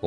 我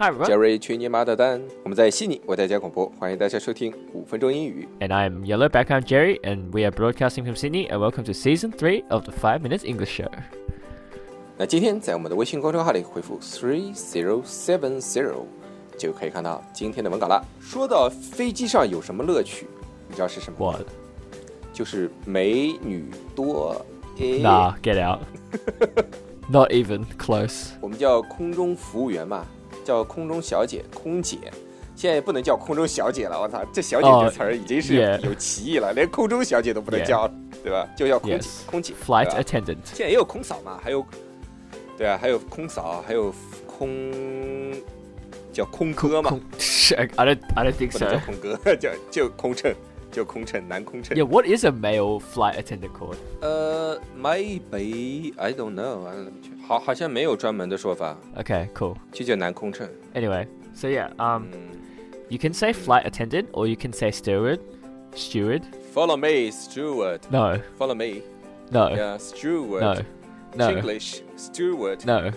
Hi everyone, ，Jerry 去你妈的蛋！我们在悉尼为大家广播，欢迎大家收听五分钟英语。 and I'm Yellow Background Jerry, and we are broadcasting from Sydney. And welcome to season three of the Five Minutes English Show. 那今天在我们的微信公众号里回复 three zero seven zero，就可以看到今天的文稿啦。说到飞机上有什么乐趣，你知道是什么吗？ What? 就是美女多。诶 Nah, get out. Not even close. 我们叫空中服务员嘛，叫空中小姐、空姐。现在也不能叫空中小姐了，我操，这“小姐”哦这词儿已经是 yeah 有歧义了，连空中小姐都不能 Yeah 叫了，对吧？就叫空姐 Yes. 空姐。 Flight 对吧 attendant. 现在也有空嫂嘛，还有，对啊，还有空嫂，还有空叫空哥嘛， I don't. I don't think 不能叫 so. 空哥， 叫就空乘，就空乘，男空乘 Yeah. What is a male flight attendant called? 呃、m a y b e I don't know，完了好，好像没有专门的说法， Okay. Cool. 就叫男空乘。 Anyway, so yeah. Um, 嗯 you can say flight attendant, or you can say steward. Steward. ，Follow me, steward，Follow No. me, No. yeah, steward. No. No. English steward， No.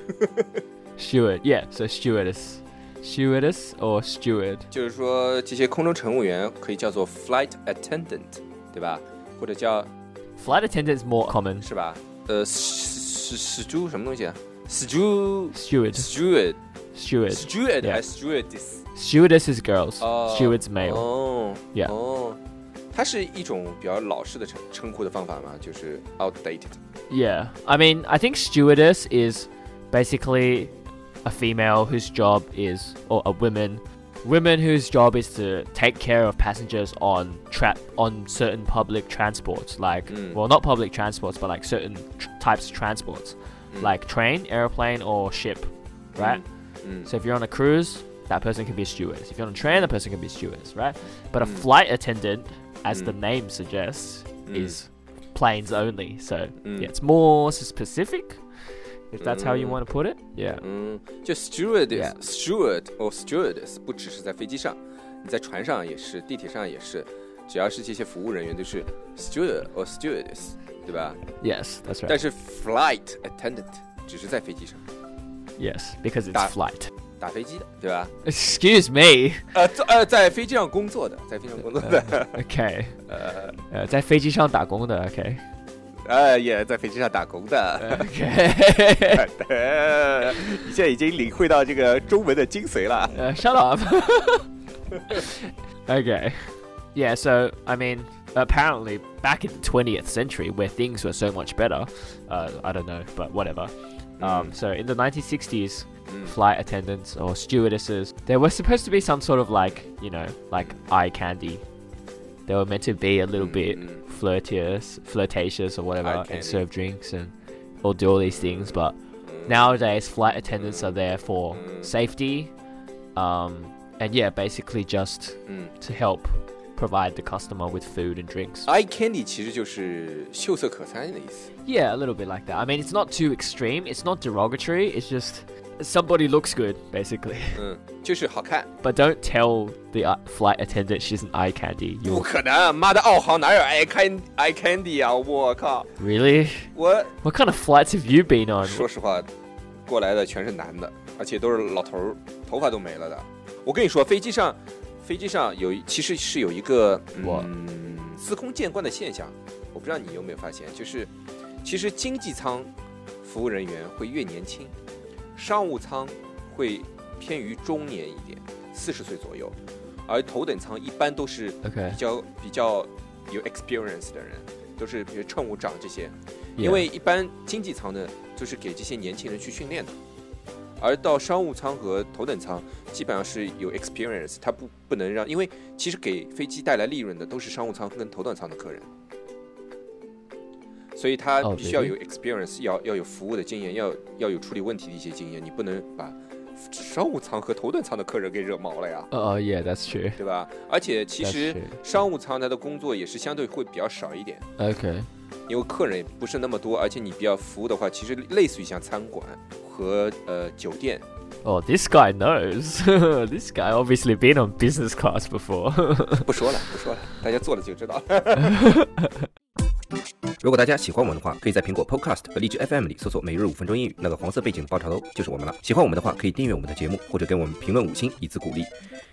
steward. Yeah, so stewardess. Stewardess or steward. 就是说这些空中乘务员可以叫做 flight attendant，对吧？或者叫 Flight attendant is more common. 是吧？呃，stu stu 什么东西啊？stu Steward. steward Steward. steward Yeah 还是 stewardess？ Stewardess is girls. 哦 Steward's male. 哦 Yeah 哦，它是一种比较老式的称称呼的方法嘛，就是 outdated。 Yeah. I mean, I think stewardess is basically a female whose job is, or a woman, women whose job is to take care of passengers on trap on certain public transports, like Mm. well, not public transports, but like certain tr- types of transports, like train, airplane, or ship, right? Mm. So if you're on a cruise, that person can be a stewardess. If you're on a train, that person can be a stewardess, right? But a flight attendant, as the name suggests, is planes only. So yeah, it's more s- specific, if that's how you want to put it. Mm. Yeah. 嗯，就 stewardess、 Yeah steward or stewardess 不只是在飞机上，你在船上也是，地铁上也是，只要是这些服务人员都是 steward or stewardess，对吧？ Yes, that's 但 right. 是 flight attendant 只是在飞机上 Yes, because it's That- flight. 打飞机的，对吧？ Excuse me. 呃，在呃，在飞机上工作的，在飞机上工作 的， Okay. Uh, 在飞机上打工的, okay. 呃，也在飞机上打工的。 Okay. 呃，你现在已经领会到这个中文的精髓了。 Uh, shut up. okay. Yeah, so, I mean, apparently back in the 20th century where things were so much better, uh, I don't know, but whatever. 啊 Mm. Um, so, in the 1960s, flight attendants or stewardesses, there were supposed to be some sort of like, you know, like eye candy. They were meant to be a little bit flirtatious, flirtatious or whatever, candy. and serve drinks and or do all these things, but nowadays flight attendants are there for safety um, and yeah basically just 嗯 to help provide the customer with food and drinks Eye candy 其实就是秀色可餐的意思。 yeah a little bit like that i mean it's not too extreme it's not derogatory it's just somebody looks good basically 嗯，就是好看。 but don't tell the uh, flight attendant she's an eye candy 不 you 可能，妈的，澳航哪有 eye can eye candy 啊！我靠， really 我 what kind of flights have you been on 说实话，过来的全是男的，而且都是老头儿，头发都没了的。我跟你说，飞机上，飞机上有一其实是有一个我嗯司空见惯的现象，我不知道你有没有发现，就是其实经济舱服务人员会越年轻，商务舱会偏于中年一点，四十岁左右，而头等舱一般都是 Okay 比较比较有 experience 的人，都是比如乘务长这些。 Yeah. 因为一般经济舱呢，就是给这些年轻人去训练的，而到商务舱和头等舱基本上是有 experience，它不不能让，因为其实给飞机带来利润的都是商务舱跟头等舱的客人，所以它哦必须要有对 experience，要要有服务的经验，要要有处理问题的一些经验，你不能把商务舱和头等舱的客人给惹毛了呀。 Oh yeah, that's true. 对吧？而且其 That's 实 true. 商务舱它的工作也是相对会比较少一点， Okay. 因为客人也不是那么多，而且你比较服务的话，其实类似于像餐馆和呃酒店， Oh, this guy knows. this guy obviously been on business class before. 不说了，不说了，大家做了就知道了。如果大家喜欢我们的话，可以在苹果 Podcast 和荔枝 FM 里搜索“每日五分钟英语”，那个黄色背景的爆炒头就是我们了。喜欢我们的话，可以订阅我们的节目，或者给我们评论五星以资鼓励。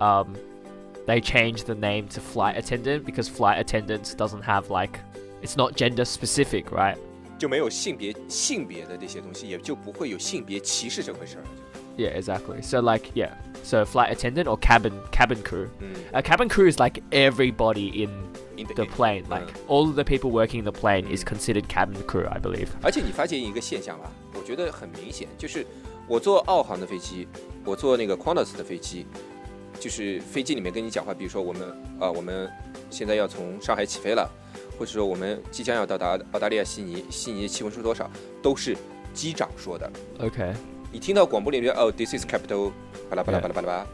um, they changed the name to flight attendant because flight attendants doesn't have like it's not gender specific, right? 就没有性别性别的这些东西，也就不会有性别歧视这回事儿。 Yeah, exactly. So like yeah, so flight attendant or cabin cabin crew. 嗯 A cabin crew is like everybody in ，in the the end plane. Like all of the people working in the plane is considered cabin crew, I believe. 而且你发现一个现象吧，啊我觉得很明显，就是我坐澳航的飞机，我坐那个 Qantas 的飞机，就是飞机里面跟你讲话，比如说我们啊、我们现在要从上海起飞了，或者说我们即将要到达澳大利亚悉尼，悉尼气温是多少，都是机长说的。 Okay. 你听到广播里面哦，This is capital，巴拉巴拉巴拉巴拉巴拉，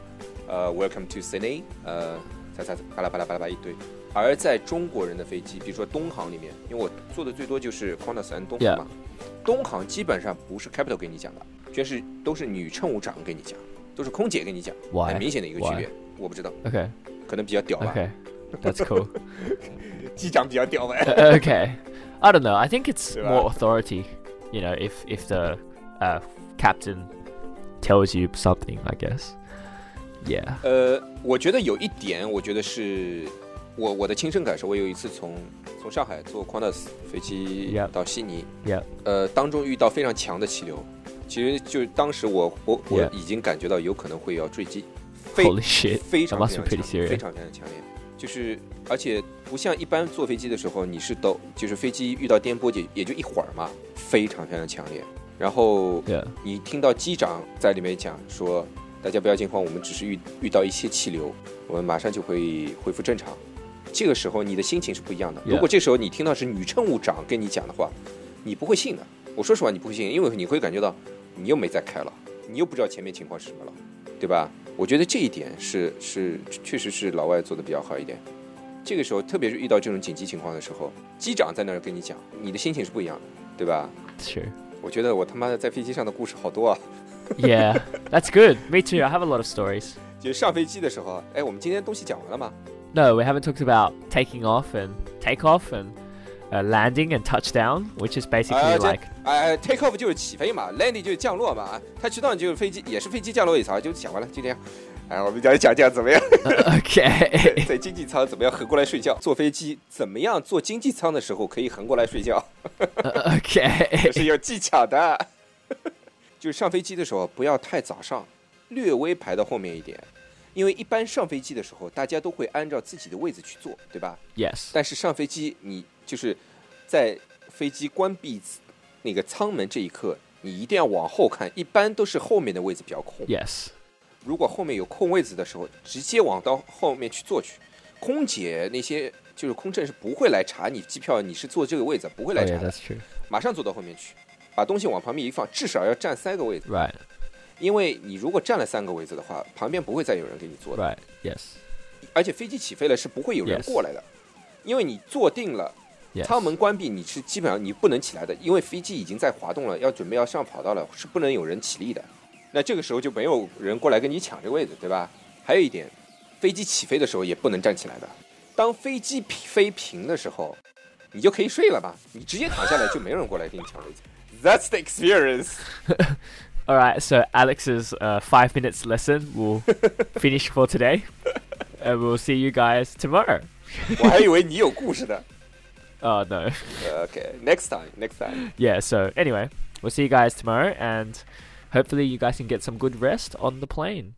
呃，Welcome to Sydney，呃，咋咋巴拉巴拉巴拉巴拉一堆。而在中国人的飞机，比如说东航里面，因为我坐的最多就是 Qantas 和东航嘛东航基本上不是 capital 给你讲的，全是都是女乘务长给你讲，都是空姐给你讲，很 Why? 明显的一个区别。我不知道， Okay. 可能比较屌吧 Okay. That's cool. 机长比较屌呗。 Uh, okay. I don't know. I think it's Yeah. more authority. You know, if if the uh, captain tells you something, I guess. Yeah. 呃，我觉得有一点，我觉得是我我的亲身感受。我有一次从从上海坐 Qantas 飞机 Yep. 到悉尼 Yep. 呃，当中遇到非常强的气流，其实就是当时我我我 Yeah. 已经感觉到有可能会要坠机，非 Holy shit. 非常 that 非 must 常 be pretty 强烈 serious. 非常非常强烈。就是，而且不像一般坐飞机的时候，你是抖，就是飞机遇到颠簸也也就一会儿嘛，非常非常强烈。然后 Yeah. 你听到机长在里面讲说，大家不要惊慌，我们只是遇遇到一些气流，我们马上就会恢复正常。这个时候你的心情是不一样的。 Yeah. 如果这时候你听到是女乘务长跟你讲的话，你不会信的。我说实话，你不会信，因为你会感觉到你又没再开了，你又不知道前面情况是什么了，对吧？我觉得这一点是是确实是老外做的比较好一点。这个时候，特别是遇到这种紧急情况的时候，机长在那儿跟你讲，你的心情是不一样的，对吧？ That's true. 我觉得我他妈的在飞机上的故事好多啊！ Yeah. That's good. Me too. I have a lot of stories. 就是上飞机的时候，哎，我们今天东西讲完了吗？ No, we haven't talked about taking off and takeoff and uh, landing and touchdown, which is basically 啊，这 like 哎，take off 就是起飞嘛，landing 就是降落嘛，啊它知道你就是飞机，也是飞机降落一槽，就讲完了，就这样。哎，我们讲一讲这样怎么样？ okay. 在经济舱怎么样横过来睡觉？坐飞机怎么样坐经济舱的时候可以横过来睡觉？ okay. 这是有技巧的。 就是上飞机的时候不要太早上，略微排到后面一点，因为一般上飞机的时候大家都会按照自己的位置去坐，对吧？ Yes. 但是上飞机，你就是在飞机关闭那个舱门这一刻，你一定要往后看，一般都是后面的位置比较空。 Yes. 如果后面有空位子的时候，直接往到后面去坐去。空姐那些就是空乘是不会来查你机票，你是坐这个位子不会 Oh 来 yeah, 查的， that's true. 马上坐到后面去，把东西往旁边一放，至少要占三个位子， Right. 因为你如果占了三个位子的话，旁边不会再有人给你坐的。 Right. Yes. 而且飞机起飞了是不会有人 Yes. 过来的，因为你坐定了。 Yes. 舱门关闭，你是基本上你不能起来的，因为飞机已经在滑动了，要准备要上跑道了，是不能有人起立的。那这个时候就没有人过来跟你抢这个位置，对吧？还有一点，飞机起飞的时候也不能站起来的。当飞机平飞平的时候，你就可以睡了吧？你直接躺下来就没有人过来给你抢位置。That's the experience. All right, so Alex's uh, five minutes lesson will finish for today, and we'll see you guys tomorrow. 我还以为你有故事呢。 Oh no. OK，next time，next time。 Yeah. So anyway, we'll see you guys tomorrow, and hopefully you guys can get some good rest on the plane.